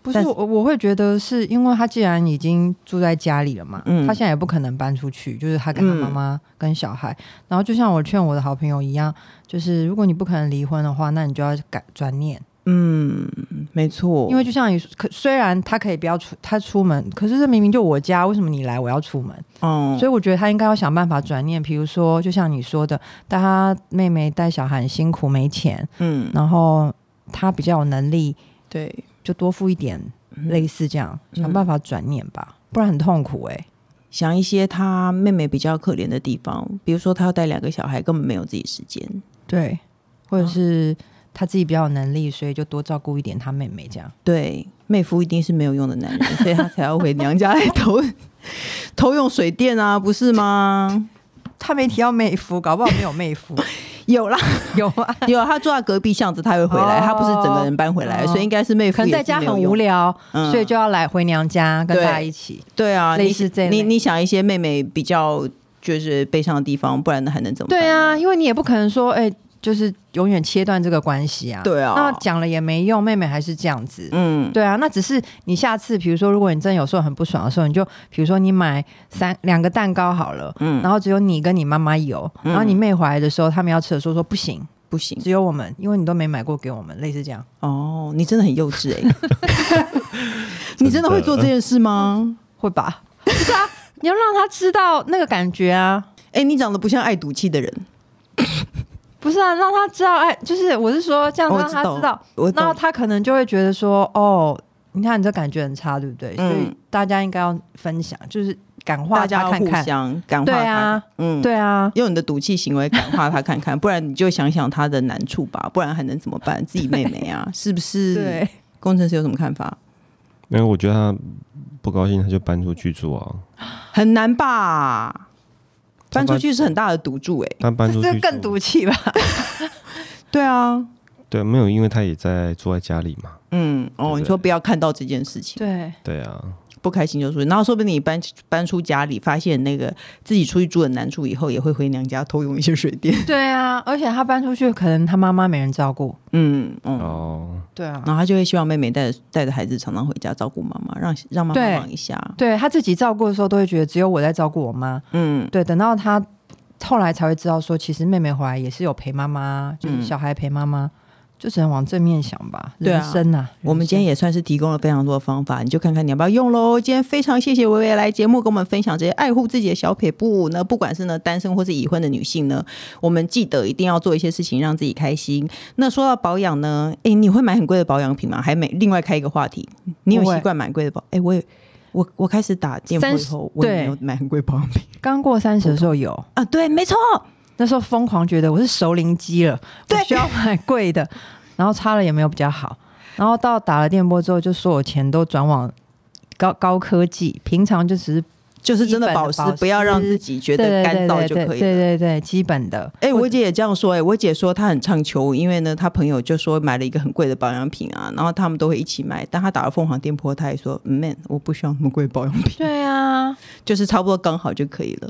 [SPEAKER 2] 不
[SPEAKER 1] 但
[SPEAKER 2] 是
[SPEAKER 1] 是
[SPEAKER 2] 我？我会觉得是因为他既然已经住在家里了嘛，
[SPEAKER 1] 嗯
[SPEAKER 2] 他现在也不可能搬出去，就是他跟他
[SPEAKER 1] 嗯
[SPEAKER 2] 妈妈跟小孩。然后就像我劝我的好朋友一样，就是如果你不可能离婚的话，那你就要改转念，
[SPEAKER 1] 嗯，没错，
[SPEAKER 2] 因为就像你说可虽然他可以不要出他出门，可是这明明就我家，为什么你来我要出门？
[SPEAKER 1] 嗯，
[SPEAKER 2] 所以我觉得他应该要想办法转念，比如说，就像你说的，带他妹妹带小孩很辛苦没钱，
[SPEAKER 1] 嗯，
[SPEAKER 2] 然后他比较有能力，
[SPEAKER 1] 对，
[SPEAKER 2] 就多付一点，类似这样，想办法转念吧，不然很痛苦哎、
[SPEAKER 1] 想一些他妹妹比较可怜的地方，比如说他要带两个小孩，根本没有自己时间。
[SPEAKER 2] 对，或者是他自己比较有能力，所以就多照顾一点他妹妹这样。
[SPEAKER 1] 对，妹夫一定是没有用的男人，所以他才要回娘家来 投投用水电啊，不是吗？
[SPEAKER 2] 他没提到妹夫，搞不好没有妹夫，
[SPEAKER 1] 有啦，
[SPEAKER 2] 有 啊，
[SPEAKER 1] 有他住在隔壁巷子，他会回来，
[SPEAKER 2] 哦
[SPEAKER 1] 他不是整个人搬回来，
[SPEAKER 2] 哦
[SPEAKER 1] 所以应该是妹夫
[SPEAKER 2] 可能在家很无
[SPEAKER 1] 聊。
[SPEAKER 2] 聊，
[SPEAKER 1] 嗯
[SPEAKER 2] 所以就要来回娘家跟
[SPEAKER 1] 对
[SPEAKER 2] 大家一起。
[SPEAKER 1] 对啊，
[SPEAKER 2] 类似这类
[SPEAKER 1] 你你想一些妹妹比较就是悲伤的地方，不然还能怎么办？
[SPEAKER 2] 对，啊，因为你也不可能说，哎、就是永远切断这个关系啊。
[SPEAKER 1] 对啊
[SPEAKER 2] 那讲了也没用，妹妹还是这样子。
[SPEAKER 1] 嗯，
[SPEAKER 2] 对啊，那只是你下次，比如说，如果你真的有时候很不爽的时候，你就比如说你买三两个蛋糕好了，
[SPEAKER 1] 嗯
[SPEAKER 2] 然后只有你跟你妈妈有，
[SPEAKER 1] 嗯
[SPEAKER 2] 然后你妹回来的时候，他们要吃的时候说不行，
[SPEAKER 1] 不行
[SPEAKER 2] 只有我们，因为你都没买过给我们，类似这样。
[SPEAKER 1] 哦，你真的很幼稚哎、 你真的会做这件事吗？
[SPEAKER 2] 会吧？ 不是啊，你要让他知道那个感觉啊，
[SPEAKER 1] 哎、你长得不像爱赌气的人，
[SPEAKER 2] 不是啊，让他知道，哎，就是我是说这样
[SPEAKER 1] 哦我
[SPEAKER 2] 让他
[SPEAKER 1] 知道
[SPEAKER 2] 知道，
[SPEAKER 1] 我
[SPEAKER 2] 那
[SPEAKER 1] 懂。
[SPEAKER 2] 他可能就会觉得说，哦，你看你这感觉很差，对不对？
[SPEAKER 1] 嗯
[SPEAKER 2] 所以大家应该要分享，就是感
[SPEAKER 1] 大
[SPEAKER 2] 化
[SPEAKER 1] 家
[SPEAKER 2] 他
[SPEAKER 1] 要
[SPEAKER 2] 看
[SPEAKER 1] 互
[SPEAKER 2] 看。
[SPEAKER 1] 相感化
[SPEAKER 2] 对
[SPEAKER 1] 他，
[SPEAKER 2] 啊
[SPEAKER 1] 嗯，，
[SPEAKER 2] 对啊，
[SPEAKER 1] 用你的赌气行为感化他看看，不然你就想想他的难处吧，不然还能怎么办？自己妹妹啊，是不是？，
[SPEAKER 2] 对，
[SPEAKER 1] 工程师有什么看法？
[SPEAKER 3] 因为我觉得他不高兴，他就搬出去住啊。
[SPEAKER 1] 很难吧？
[SPEAKER 3] 他
[SPEAKER 1] 搬出
[SPEAKER 3] 搬
[SPEAKER 1] 去是很大的赌注哎、
[SPEAKER 3] 他搬出去
[SPEAKER 2] 这
[SPEAKER 3] 住
[SPEAKER 2] 更毒气吧？
[SPEAKER 1] 对啊，
[SPEAKER 3] 对，没有，因为他也在住在家里嘛。
[SPEAKER 1] 嗯，
[SPEAKER 3] 对
[SPEAKER 1] 哦，
[SPEAKER 3] 不
[SPEAKER 1] 你
[SPEAKER 3] 对
[SPEAKER 1] 说不要看到这件事情，
[SPEAKER 2] 对，
[SPEAKER 3] 对啊，
[SPEAKER 1] 不开心就出去，然后说不定你搬搬出家里，发现那个自己出去住的难处以后，也会回娘家偷用一些水电。
[SPEAKER 2] 对啊，而且他搬出去，可能他妈妈没人照顾。
[SPEAKER 1] 嗯嗯，
[SPEAKER 3] 哦，
[SPEAKER 2] 对啊，
[SPEAKER 1] 然后他就会希望妹妹带着带着孩子常常回家照顾妈妈，让让妈妈
[SPEAKER 2] 对
[SPEAKER 1] 忙一下。
[SPEAKER 2] 对他自己照顾的时候，都会觉得只有我在照顾我妈。
[SPEAKER 1] 嗯
[SPEAKER 2] 对，等到他后来才会知道说，其实妹妹回来也是有陪妈妈，就是
[SPEAKER 1] 嗯
[SPEAKER 2] 小孩陪妈妈，就只能往正面想吧。
[SPEAKER 1] 对啊
[SPEAKER 2] 人生啊，
[SPEAKER 1] 我们今天
[SPEAKER 2] 也
[SPEAKER 1] 也算是提供了非常多的方法，你就看看你要不要用喽。今天非常谢谢薇薇来节目跟我们分享这些爱护自己的小撇步。那不管是呢单身或是已婚的女性呢，我们记得一定要做一些事情让自己开心。那说到保养呢，诶，你会买很贵的保养品吗？还每另外开一个话题，你有
[SPEAKER 2] 不会
[SPEAKER 1] 习惯买贵的保？诶，我也我我开始打电波以后，我也
[SPEAKER 2] 对
[SPEAKER 1] 没有买很贵保养品
[SPEAKER 2] 刚过三十的时候有，
[SPEAKER 1] 啊。对，没错，
[SPEAKER 2] 那时候疯狂觉得我是熟龄肌了，我
[SPEAKER 1] 对
[SPEAKER 2] 需要买贵的， 然后擦了也没有比较好，然后到打了电波之后，就所有钱都转往高高科技，平常就只是
[SPEAKER 1] 就是真的保湿
[SPEAKER 2] 基本的保，湿
[SPEAKER 1] 不要让自己觉
[SPEAKER 2] 对
[SPEAKER 1] 得
[SPEAKER 2] 对
[SPEAKER 1] 干
[SPEAKER 2] 对
[SPEAKER 1] 燥
[SPEAKER 2] 对
[SPEAKER 1] 就
[SPEAKER 2] 对
[SPEAKER 1] 可以
[SPEAKER 2] 对
[SPEAKER 1] 了。
[SPEAKER 2] 对对，基本的。
[SPEAKER 1] 哎、我姐也这样说、哎，我姐说她很唱秋，因为呢，她朋友就说买了一个很贵的保养品啊，然后他们都会一起买。但她打了凤凰电波，她也说、嗯、，man，我不需要那么贵的保养品，
[SPEAKER 2] 对啊，
[SPEAKER 1] 就是差不多刚好就可以了。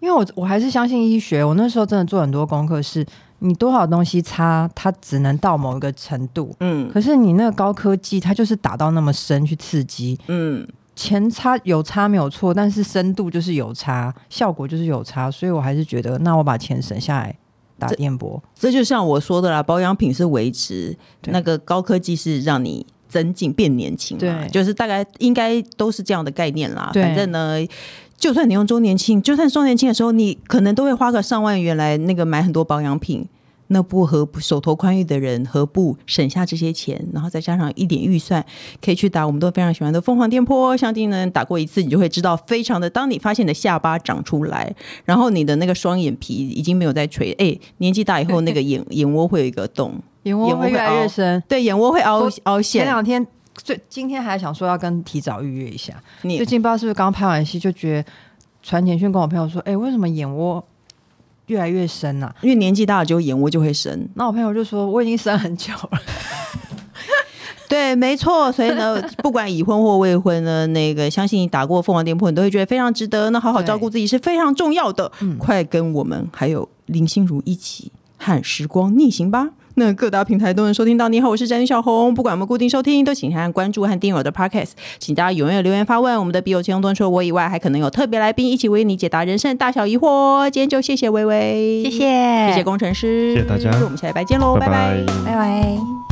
[SPEAKER 2] 因为我我还是相信医学，我那时候真的做很多功课，是你多少东西擦，它只能到某一个程度。
[SPEAKER 1] 嗯
[SPEAKER 2] 可是你那个高科技，它就是打到那么深去刺激，
[SPEAKER 1] 嗯，
[SPEAKER 2] 前差有差没有错，但是深度就是有差，效果就是有差，所以我还是觉得，那我把钱省下来打电波，
[SPEAKER 1] 这就像我说的啦，保养品是维持，
[SPEAKER 2] 对
[SPEAKER 1] 那个高科技是让你增进变年轻嘛，
[SPEAKER 2] 对
[SPEAKER 1] 就是大概应该都是这样的概念啦。
[SPEAKER 2] 对
[SPEAKER 1] 反正呢，就算你用周年庆，就算周年庆的时候，你可能都会花个上万元来那个买很多保养品。那不何不手头宽裕的人何不省下这些钱，然后再加上一点预算，可以去打我们都非常喜欢的凤凰电波。相信呢，打过一次你就会知道，非常的。当你发现你的下巴长出来，然后你的那个双眼皮已经没有在垂，哎、年纪大以后那个眼眼窝会有一个洞，
[SPEAKER 2] 眼窝会越来越深。
[SPEAKER 1] 对，眼窝会凹
[SPEAKER 2] 我
[SPEAKER 1] 凹
[SPEAKER 2] 前
[SPEAKER 1] 陷。
[SPEAKER 2] 两天，最今天还想说要跟提早预约一下，最
[SPEAKER 1] 你
[SPEAKER 2] 近不知道是不是刚拍完戏，就觉得传简讯跟我朋友说，哎、为什么眼窝越来越深啊？
[SPEAKER 1] 因为年纪大了之后眼窝就会深。
[SPEAKER 2] 那我朋友就说我已经生很久了，
[SPEAKER 1] 对，没错。所以呢， 不管已婚或未婚呢，那个相信你打过凤凰电波，你都会觉得非常值得。那好好
[SPEAKER 2] 对
[SPEAKER 1] 照顾自己是非常重要的。
[SPEAKER 2] 嗯
[SPEAKER 1] 快跟我们还有林心如一起和时光逆行吧。那各大平台都能收听到。你好，我是詹小红。不管我们固定收听，都请按关注和订阅我的 Podcast。请大家踊跃留言发问。我们的笔友千用端除了我以外，还可能有特别来宾一起为你解答人生大小疑惑哦。今天就谢谢微微，
[SPEAKER 4] 谢，谢
[SPEAKER 1] 谢谢工程师，
[SPEAKER 3] 谢谢大家
[SPEAKER 1] 我们下礼拜见喽，拜
[SPEAKER 3] 拜
[SPEAKER 1] 拜
[SPEAKER 3] 拜
[SPEAKER 4] 拜拜。